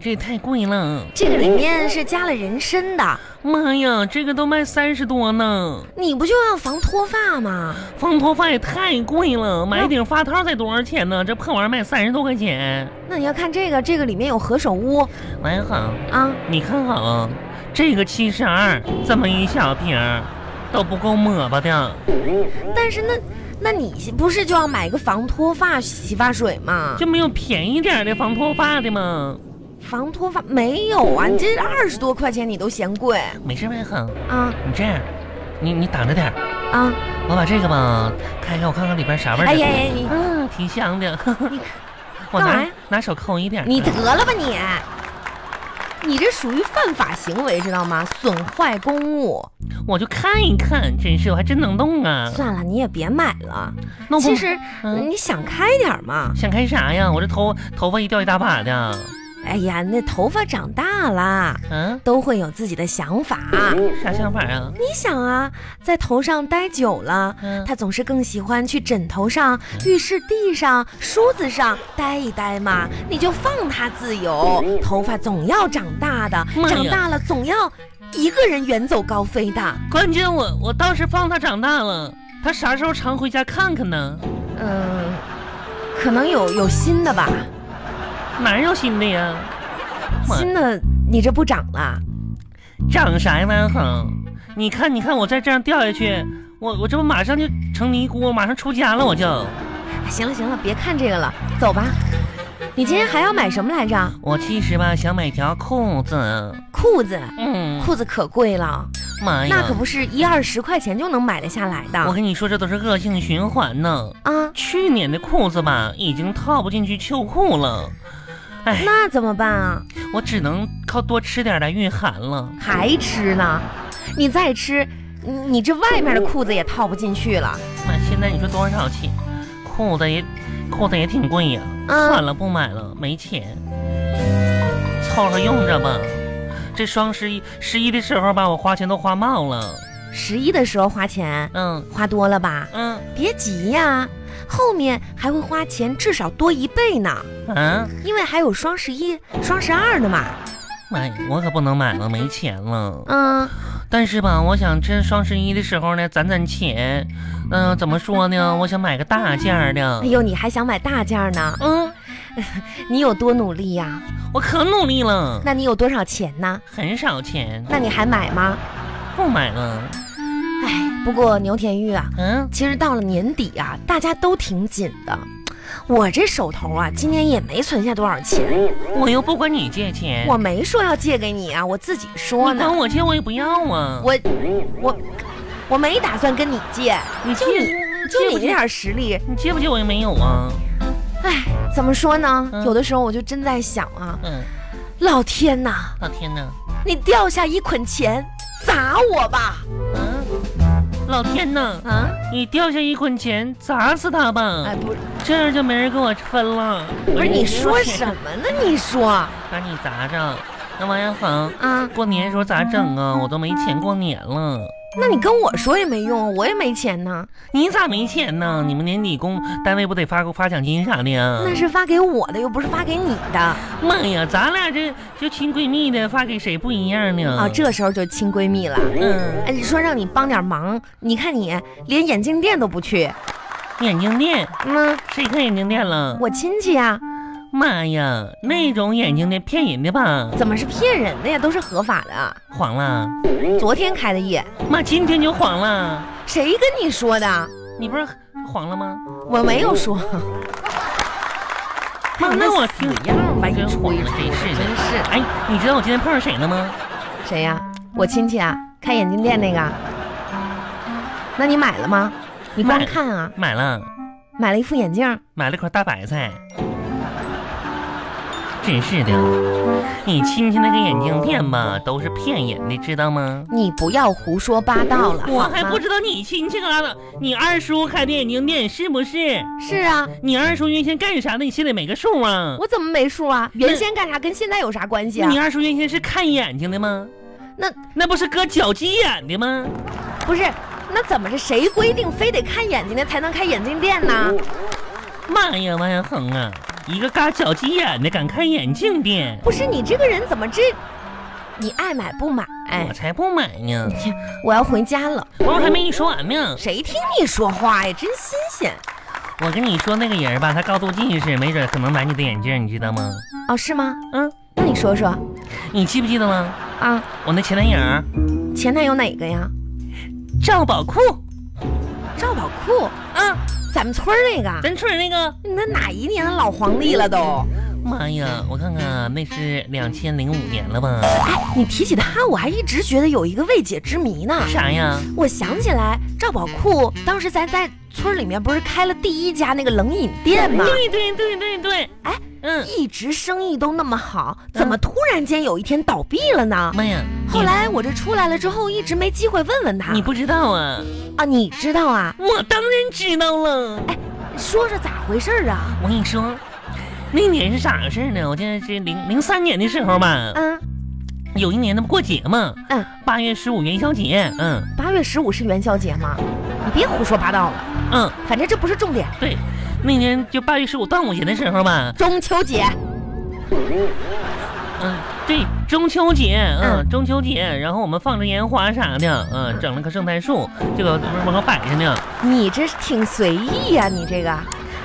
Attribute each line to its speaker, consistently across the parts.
Speaker 1: 这也太贵了！
Speaker 2: 这个里面是加了人参的，
Speaker 1: 妈呀，这个都卖三十多呢，
Speaker 2: 你不就要防脱发吗？
Speaker 1: 防脱发也太贵了，买顶发套才多少钱呢？这破玩意儿卖三十多块钱，
Speaker 2: 那你要看这个，这个里面有何首乌
Speaker 1: 完好，
Speaker 2: 啊，
Speaker 1: 你看好啊，这个七十二，这么一小瓶儿都不够抹吧的。
Speaker 2: 但是那，那你不是就要买个防脱发洗发水吗？
Speaker 1: 就没有便宜点儿的防脱发的吗？
Speaker 2: 防脱发没有啊？你这二十多块钱你都嫌贵
Speaker 1: 没事，外恒，
Speaker 2: 啊
Speaker 1: 你这样，你你挡着点儿，
Speaker 2: 啊！
Speaker 1: 我把这个吧开开，我看看里边啥味儿。
Speaker 2: 哎呀呀，你
Speaker 1: 嗯，挺香的。 我
Speaker 2: 干嘛
Speaker 1: 拿
Speaker 2: 呀
Speaker 1: 拿手抠一点儿。
Speaker 2: 你得了吧你！你这属于犯法行为，知道吗？损坏公物。
Speaker 1: 我就看一看，真是我还真能动啊。
Speaker 2: 算了，你也别买了。
Speaker 1: 那我不
Speaker 2: 其实、
Speaker 1: 嗯
Speaker 2: 你想开点儿嘛。
Speaker 1: 想开啥呀？我这头头发一掉一大把的。
Speaker 2: 哎呀，那头发长大了
Speaker 1: 嗯，
Speaker 2: 都会有自己的想法。
Speaker 1: 啥想法啊？
Speaker 2: 你想啊，在头上待久了，
Speaker 1: 嗯
Speaker 2: 他总是更喜欢去枕头上、浴室地上、梳子上待一待嘛。你就放他自由，头发总要长大的，
Speaker 1: 嗯妈呀
Speaker 2: 长大了总要一个人远走高飞的。
Speaker 1: 关键我我倒是放他长大了，他啥时候常回家看看呢？
Speaker 2: 嗯，可能有有新的吧，
Speaker 1: 哪有新的呀？妈呀
Speaker 2: 新的你这不长了。
Speaker 1: 长啥呀，万恒？啊你看，你看，我再这样掉下去，我我这不马上就成尼姑，马上出家了，我就。
Speaker 2: 哎行了行了，别看这个了，走吧。你今天还要买什么来着？
Speaker 1: 我其实吧，想买条裤子，
Speaker 2: 裤子，
Speaker 1: 嗯，
Speaker 2: 裤子可贵了，
Speaker 1: 妈呀，
Speaker 2: 那可不是一二十块钱就能买得下来的
Speaker 1: 我跟你说，这都是恶性循环呢。
Speaker 2: 啊。
Speaker 1: 去年的裤子吧，已经套不进去秋裤了，哎，
Speaker 2: 那怎么办啊？
Speaker 1: 我只能靠多吃点来御寒了。
Speaker 2: 还吃呢？你再吃，你你这外面的裤子也套不进去了。
Speaker 1: 妈，现在你说多少钱？裤子也，裤子也挺贵呀、
Speaker 2: 嗯
Speaker 1: 算了，不买了，没钱，凑合用着吧。这双十一十一的时候吧，我花钱都花冒了。
Speaker 2: 十一的时候花钱，
Speaker 1: 嗯
Speaker 2: 花多了吧？
Speaker 1: 嗯
Speaker 2: 别急呀，后面还会花钱至少多一倍呢，
Speaker 1: 啊，
Speaker 2: 因为还有双十一、双十二呢嘛。
Speaker 1: 妈哎呀，我可不能买了，没钱了。
Speaker 2: 嗯，
Speaker 1: 但是吧，我想趁双十一的时候呢，攒攒钱。嗯、怎么说呢？我想买个大件儿的
Speaker 2: 哎。呦，你还想买大件儿呢？
Speaker 1: 嗯，
Speaker 2: 你有多努力呀、
Speaker 1: 我可努力了，
Speaker 2: 那你有多少钱呢？
Speaker 1: 很少钱，
Speaker 2: 那你还买吗？
Speaker 1: 不买了。
Speaker 2: 哎，不过牛田玉啊，
Speaker 1: 嗯，
Speaker 2: 其实到了年底啊，大家都挺紧的。我这手头啊，今年也没存下多少钱，
Speaker 1: 我又不管你借钱，
Speaker 2: 我没说要借给你啊，我自己说
Speaker 1: 你
Speaker 2: 呢
Speaker 1: 管。我借我也不要啊。
Speaker 2: 我我我没打算跟你借，
Speaker 1: 你
Speaker 2: 就
Speaker 1: 借
Speaker 2: 你就
Speaker 1: 借
Speaker 2: 你
Speaker 1: 不
Speaker 2: 这
Speaker 1: 借？
Speaker 2: 点实力，
Speaker 1: 你借不借我也没有啊。
Speaker 2: 哎，怎么说呢？
Speaker 1: 嗯
Speaker 2: 有的时候我就真在想啊，
Speaker 1: 嗯，
Speaker 2: 老天呐，
Speaker 1: 老天呐，
Speaker 2: 你掉下一捆钱砸我吧！
Speaker 1: 啊，老天呐，
Speaker 2: 啊，
Speaker 1: 你掉下一捆钱砸死他吧，
Speaker 2: 哎，不是
Speaker 1: 这样就没人跟我分了。
Speaker 2: 不是，你说
Speaker 1: 是
Speaker 2: 什么呢？你说
Speaker 1: 把你砸着，那玩意儿好。
Speaker 2: 啊？
Speaker 1: 过年时候咋整啊？
Speaker 2: 嗯
Speaker 1: 我都没钱过年了。
Speaker 2: 那你跟我说也没用，我也没钱呢。
Speaker 1: 你咋没钱呢？你们年底工单位不得发发奖金啥的呀？
Speaker 2: 那是发给我的，又不是发给你的啊、
Speaker 1: 妈呀，咱俩这就亲闺蜜的发给谁不一样呢？
Speaker 2: 啊这时候就亲闺蜜了。
Speaker 1: 嗯，
Speaker 2: 哎，你说让你帮点忙，你看你连眼镜店都不去。
Speaker 1: 眼镜店，
Speaker 2: 嗯，
Speaker 1: 谁开眼镜店了？
Speaker 2: 我亲戚啊呀、
Speaker 1: 妈呀，那种眼镜店骗人的吧？
Speaker 2: 怎么是骗人的呀？都是合法的。
Speaker 1: 黄了，
Speaker 2: 昨天开的业，
Speaker 1: 妈今天就黄了，
Speaker 2: 谁跟你说的？
Speaker 1: 你不是黄了吗？
Speaker 2: 我没有说。
Speaker 1: 妈，那我听
Speaker 2: 死样吧，一
Speaker 1: 真
Speaker 2: 出
Speaker 1: 黄
Speaker 2: 一
Speaker 1: 了，
Speaker 2: 出，
Speaker 1: 真是
Speaker 2: 真
Speaker 1: 的。
Speaker 2: 是
Speaker 1: 哎，你知道我今天碰上谁了吗？
Speaker 2: 谁呀、我亲戚啊，开眼镜店那个。那你买了吗？你光
Speaker 1: 买
Speaker 2: 看啊，
Speaker 1: 买了，
Speaker 2: 买了一副眼镜。
Speaker 1: 买了块大白菜。真是的，你亲戚那个眼镜店吧，都是骗人的，知道吗？
Speaker 2: 你不要胡说八道了，
Speaker 1: 我
Speaker 2: 好
Speaker 1: 还
Speaker 2: 吗
Speaker 1: 不知道你亲戚干啥呢，你二叔开的眼镜店是不是？
Speaker 2: 是啊，
Speaker 1: 你二叔原先干啥的，你心里没个数啊？
Speaker 2: 我怎么没数啊？原先干啥跟现在有啥关系啊
Speaker 1: 你？二叔原先是看眼睛的吗？
Speaker 2: 那
Speaker 1: 那不是搁脚鸡眼的吗？
Speaker 2: 不是，那怎么是谁规定非得看眼睛的才能开眼镜店呢？
Speaker 1: 妈呀，王小恒啊，一个嘎小鸡眼的敢开眼镜店，
Speaker 2: 不是你这个人怎么这？你爱买不买？哎
Speaker 1: 我才不买呢！
Speaker 2: 我要回家了。
Speaker 1: 我还没跟你说完呢。
Speaker 2: 谁听你说话呀？真新鲜
Speaker 1: 我跟你说那个人吧，他高度近视，没准可能买你的眼镜，你知道吗？
Speaker 2: 哦，是吗？
Speaker 1: 嗯，
Speaker 2: 那你说说
Speaker 1: 你记不记得吗？
Speaker 2: 啊，
Speaker 1: 我那前男友
Speaker 2: 前男友哪个呀？
Speaker 1: 赵宝库，
Speaker 2: 赵宝库，啊
Speaker 1: 嗯，
Speaker 2: 咱们村儿那个。
Speaker 1: 咱村儿那个。
Speaker 2: 你那哪一年的老黄历了都？
Speaker 1: 妈呀，
Speaker 2: 嗯
Speaker 1: 我看看啊，那是两千零五年了吧？
Speaker 2: 哎，你提起他，我还一直觉得有一个未解之谜呢。
Speaker 1: 啥呀？
Speaker 2: 我想起来，赵宝库
Speaker 1: 嗯
Speaker 2: 当时咱在村儿里面不是开了第一家那个冷饮店吗？
Speaker 1: 对对对对对，
Speaker 2: 哎，
Speaker 1: 嗯，
Speaker 2: 一直生意都那么好，怎么突然间有一天倒闭了呢？
Speaker 1: 妈呀，你
Speaker 2: 后来我这出来了之后，一直没机会问问他。
Speaker 1: 嗯你不知道啊？
Speaker 2: 啊，你知道啊？
Speaker 1: 我当然知道了。
Speaker 2: 说说咋回事儿啊？
Speaker 1: 我跟你说，那年是咋回事呢？我记得是零零三年的时候吧，
Speaker 2: 嗯
Speaker 1: 有一年那不过节嘛，
Speaker 2: 嗯，
Speaker 1: 八月十五元宵节，嗯
Speaker 2: 八月十五是元宵节吗？你别胡说八道了，
Speaker 1: 嗯，
Speaker 2: 反正这不是重点。
Speaker 1: 对，那年就八月十五端午节的时候吧，
Speaker 2: 中秋节，
Speaker 1: 嗯，对，中秋节，嗯，
Speaker 2: 嗯
Speaker 1: 中秋节，然后我们放着烟花啥的，嗯，整了棵圣诞树，这个不是往上摆着呢。
Speaker 2: 你这是挺随意呀、你这个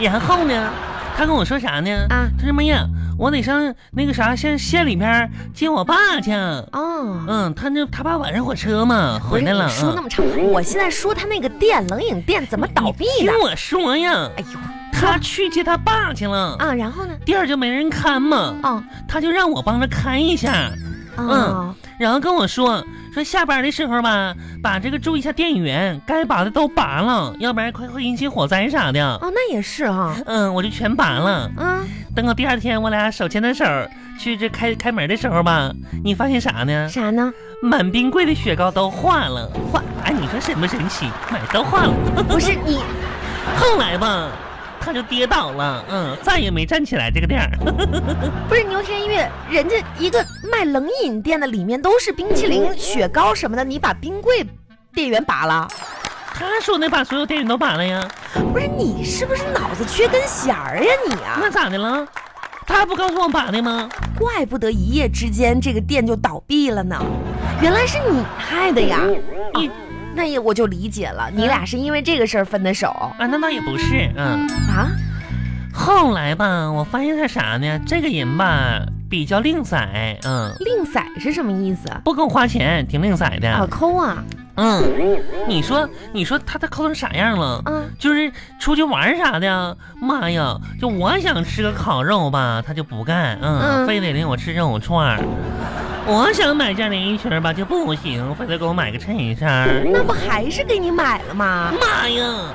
Speaker 1: 然后呢，他跟我说啥呢？
Speaker 2: 啊
Speaker 1: 他说妈呀，我得上那个啥县县里边儿接我爸去。
Speaker 2: 哦。
Speaker 1: 嗯，他那他爸晚上火车嘛，
Speaker 2: 不
Speaker 1: 回
Speaker 2: 是
Speaker 1: 来了。
Speaker 2: 你说那
Speaker 1: 嗯
Speaker 2: 么长，我现在说他那个店冷饮店怎么倒闭
Speaker 1: 听
Speaker 2: 的？
Speaker 1: 我说呀，
Speaker 2: 哎呦
Speaker 1: 他去接他爸去了，
Speaker 2: 啊，然后呢？
Speaker 1: 店儿就没人看嘛，
Speaker 2: 哦
Speaker 1: 他就让我帮着看一下，
Speaker 2: 哦，
Speaker 1: 然后跟我说说下班的时候吧，把这个注意一下电源，该拔的都拔了，要不然快会引起火灾啥的。
Speaker 2: 哦，那也是哈、
Speaker 1: 嗯，我就全拔了。
Speaker 2: 啊，
Speaker 1: 等我第二天，我俩手牵着手去这开开门的时候吧，你发现啥呢？
Speaker 2: 啥呢？
Speaker 1: 满冰柜的雪糕都化了，
Speaker 2: 化
Speaker 1: 哎，你说神不神奇？买都化了。
Speaker 2: 不是你，
Speaker 1: 后来吧，他就跌倒了，嗯，再也没站起来这个店儿。
Speaker 2: 不是牛天月，人家一个卖冷饮店的里面都是冰淇淋、雪糕什么的，你把冰柜电源拔了，
Speaker 1: 他说那把所有店员都拔了呀，
Speaker 2: 不是你是不是脑子缺根弦儿呀你啊
Speaker 1: 那？咋的了？他不告诉我拔的吗？
Speaker 2: 怪不得一夜之间这个店就倒闭了呢，原来是你害的呀！
Speaker 1: 一
Speaker 2: 那也我就理解了，你俩是因为这个事儿分的手
Speaker 1: 啊，那倒也不是，嗯。
Speaker 2: 啊？
Speaker 1: 后来吧，我发现他啥呢？这个人吧，比较吝啬，嗯，
Speaker 2: 吝啬是什么意思？
Speaker 1: 不跟我花钱，挺吝啬
Speaker 2: 好
Speaker 1: 的，
Speaker 2: 抠啊
Speaker 1: 嗯。你说，你说他他抠成啥样了？
Speaker 2: 啊！
Speaker 1: 就是出去玩啥的，妈呀！就我想吃个烤肉吧，他就不干，嗯，
Speaker 2: 嗯
Speaker 1: 非得领我吃肉串儿。我想买件连衣裙儿吧，就不行，非得给我买个衬衫儿。
Speaker 2: 那不还是给你买了吗？
Speaker 1: 妈呀，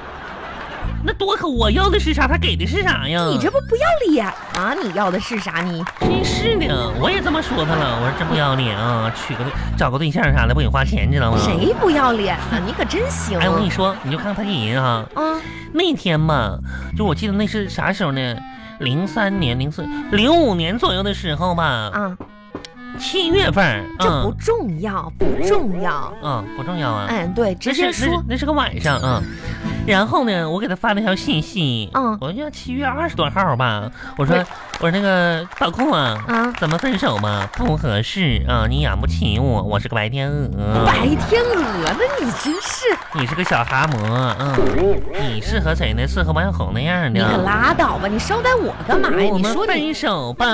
Speaker 1: 那多可！我要的是啥，他给的是啥呀？
Speaker 2: 你这不不要脸吗？你要的是啥？你
Speaker 1: 真是的，我也这么说他了。我说真不要脸啊，娶个对找个对象啥的不得花钱，知道吗？？
Speaker 2: 谁不要脸啊？你可真行
Speaker 1: 哎，我跟
Speaker 2: 啊
Speaker 1: 你！说，你就看看他这人啊，
Speaker 2: 啊，
Speaker 1: 那天吧，就我记得那是啥时候呢？零三年、零四、零五年左右的时候吧，
Speaker 2: 啊，
Speaker 1: 七月份儿，
Speaker 2: 这不
Speaker 1: 嗯
Speaker 2: 重要，不重要。
Speaker 1: 嗯不重要啊，
Speaker 2: 哎，对，
Speaker 1: 那
Speaker 2: 直
Speaker 1: 是
Speaker 2: 接
Speaker 1: 那是
Speaker 2: 说。
Speaker 1: 那是个晚上啊。然后呢，我给他发了条信息，
Speaker 2: 嗯
Speaker 1: 我就七月二十多号吧，我说
Speaker 2: 喂
Speaker 1: 我说那个宝库啊，
Speaker 2: 啊，
Speaker 1: 咱们分手吧，不合适啊，你养不起我，我是个白天鹅，
Speaker 2: 白天鹅呢？你真是，
Speaker 1: 你是个小哈摩，嗯，你适合谁呢？适合王小红那样
Speaker 2: 你可
Speaker 1: 的。
Speaker 2: 拉倒吧！你捎带我干嘛呀？
Speaker 1: 嗯我
Speaker 2: 你
Speaker 1: 们
Speaker 2: 说你
Speaker 1: 分手吧。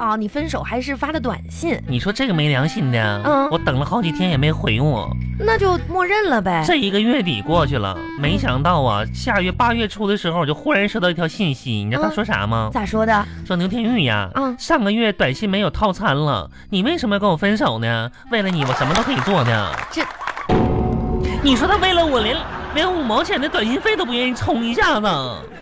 Speaker 2: 啊，你分手还是发的短信，
Speaker 1: 你说这个没良心的，
Speaker 2: 嗯
Speaker 1: 我等了好几天也没回我，
Speaker 2: 那就默认了呗。
Speaker 1: 这一个月底过去了，没想到啊，下月八月初的时候，我就忽然收到一条信息，你知道他
Speaker 2: 嗯
Speaker 1: 说啥吗？
Speaker 2: 咋说的？
Speaker 1: 说牛天玉呀，
Speaker 2: 嗯
Speaker 1: 上个月短信没有套餐了，你为什么要跟我分手呢？为了你，我什么都可以做呢。
Speaker 2: 这，
Speaker 1: 你说他为了我连连五毛钱的短信费都不愿意充一下子，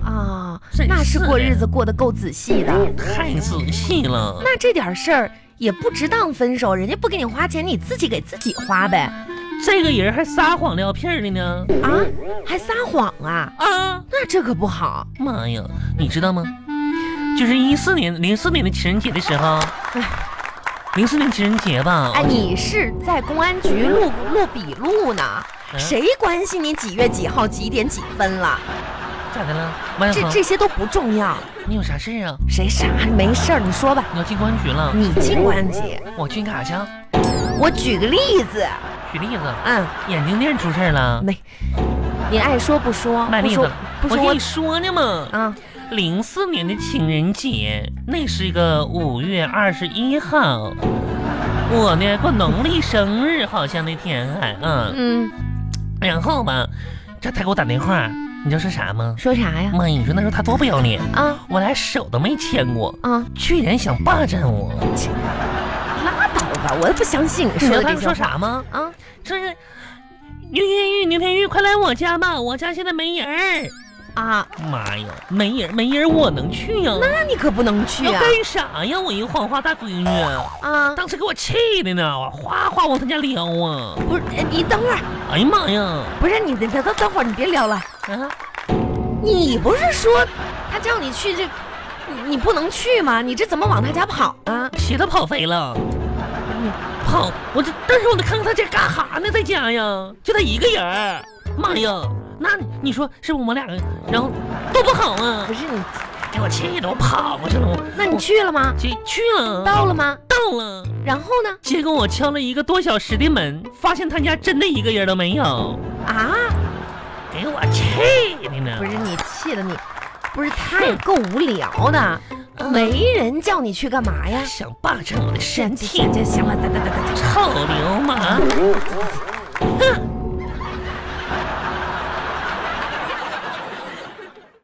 Speaker 2: 啊
Speaker 1: 真，
Speaker 2: 那是
Speaker 1: 是哎
Speaker 2: 过
Speaker 1: 的
Speaker 2: 日子过得够仔细的。
Speaker 1: 太仔细了。
Speaker 2: 那这点事儿也不值当分手，人家不给你花钱，你自己给自己花呗。
Speaker 1: 这个人还撒谎撂屁儿的呢。
Speaker 2: 啊，还撒谎啊？
Speaker 1: 啊，
Speaker 2: 那这可不好。
Speaker 1: 妈呀，你知道吗？就是一四年零四年的情人节的时候，零四年情人节吧，
Speaker 2: 哎，你是在公安局录录笔录呢？
Speaker 1: 嗯
Speaker 2: 谁关心你几月几号几点几分了？
Speaker 1: 咋的了？万
Speaker 2: 这
Speaker 1: 恒，
Speaker 2: 这些都不重要。
Speaker 1: 你有啥事儿啊？
Speaker 2: 谁傻？没事儿，你说吧。
Speaker 1: 你要进公安局了？
Speaker 2: 你进公安局，
Speaker 1: 我去你干啥去啊？
Speaker 2: 我举个例子，
Speaker 1: 举例子，
Speaker 2: 嗯，
Speaker 1: 眼镜店出事儿了。
Speaker 2: 没，你爱说不说，
Speaker 1: 卖
Speaker 2: 不
Speaker 1: 栗子
Speaker 2: 说
Speaker 1: 了，
Speaker 2: 嗯不
Speaker 1: 我
Speaker 2: 说
Speaker 1: 跟
Speaker 2: 我
Speaker 1: 你说呢嘛，
Speaker 2: 啊，
Speaker 1: 零四年的情人节，那是一个五月二十一号，我呢过农历生日，好像那天还嗯，
Speaker 2: 嗯，
Speaker 1: 然后吧，这他给我打电话，你知道说啥吗？
Speaker 2: 说啥呀？
Speaker 1: 妈，你说那时候他多不要脸，
Speaker 2: 啊
Speaker 1: 我俩手都没牵过，
Speaker 2: 啊，
Speaker 1: 居然想霸占我。
Speaker 2: 拉倒吧，我都不相信你
Speaker 1: 你知
Speaker 2: 说的
Speaker 1: 道他
Speaker 2: 这
Speaker 1: 们
Speaker 2: 些
Speaker 1: 说
Speaker 2: 话
Speaker 1: 啥吗？
Speaker 2: 啊。
Speaker 1: 这是牛天玉，牛天玉，快来我家吧，我家现在没人儿。
Speaker 2: 啊，
Speaker 1: 妈呀，没人儿没人儿，我能去呀、
Speaker 2: 那你可不能去
Speaker 1: 要
Speaker 2: 啊！
Speaker 1: 干啥呀？我一个黄花大闺女，
Speaker 2: 啊，
Speaker 1: 当时给我气的呢，我哗哗往他家撩啊！
Speaker 2: 不是，哎你等会儿，
Speaker 1: 哎呀妈呀，
Speaker 2: 不是你等等等会儿，你别聊了。
Speaker 1: 啊，
Speaker 2: 你不是说他叫你去这，你你不能去吗？你这怎么往他家跑啊？
Speaker 1: 鞋都跑飞了，
Speaker 2: 你
Speaker 1: 跑！我这，但是我得看看他在干哈呢，在家呀，就他一个人儿。妈呀，那你你说是不是我们俩，然后都不好啊
Speaker 2: 不？是你，
Speaker 1: 给我气的，我跑过去了，我
Speaker 2: 那你去了吗？
Speaker 1: 去去了，
Speaker 2: 到了吗？
Speaker 1: 到了。
Speaker 2: 然后呢？
Speaker 1: 结果我敲了一个多小时的门，发现他家真的一个人都没有，
Speaker 2: 啊，
Speaker 1: 给我气的呢。
Speaker 2: 不是你气的你，不是他也够无聊的，
Speaker 1: 嗯
Speaker 2: 没人叫你去干嘛呀？
Speaker 1: 想霸占我的身体，
Speaker 2: 这行了，等等等等，
Speaker 1: 臭流氓！哼，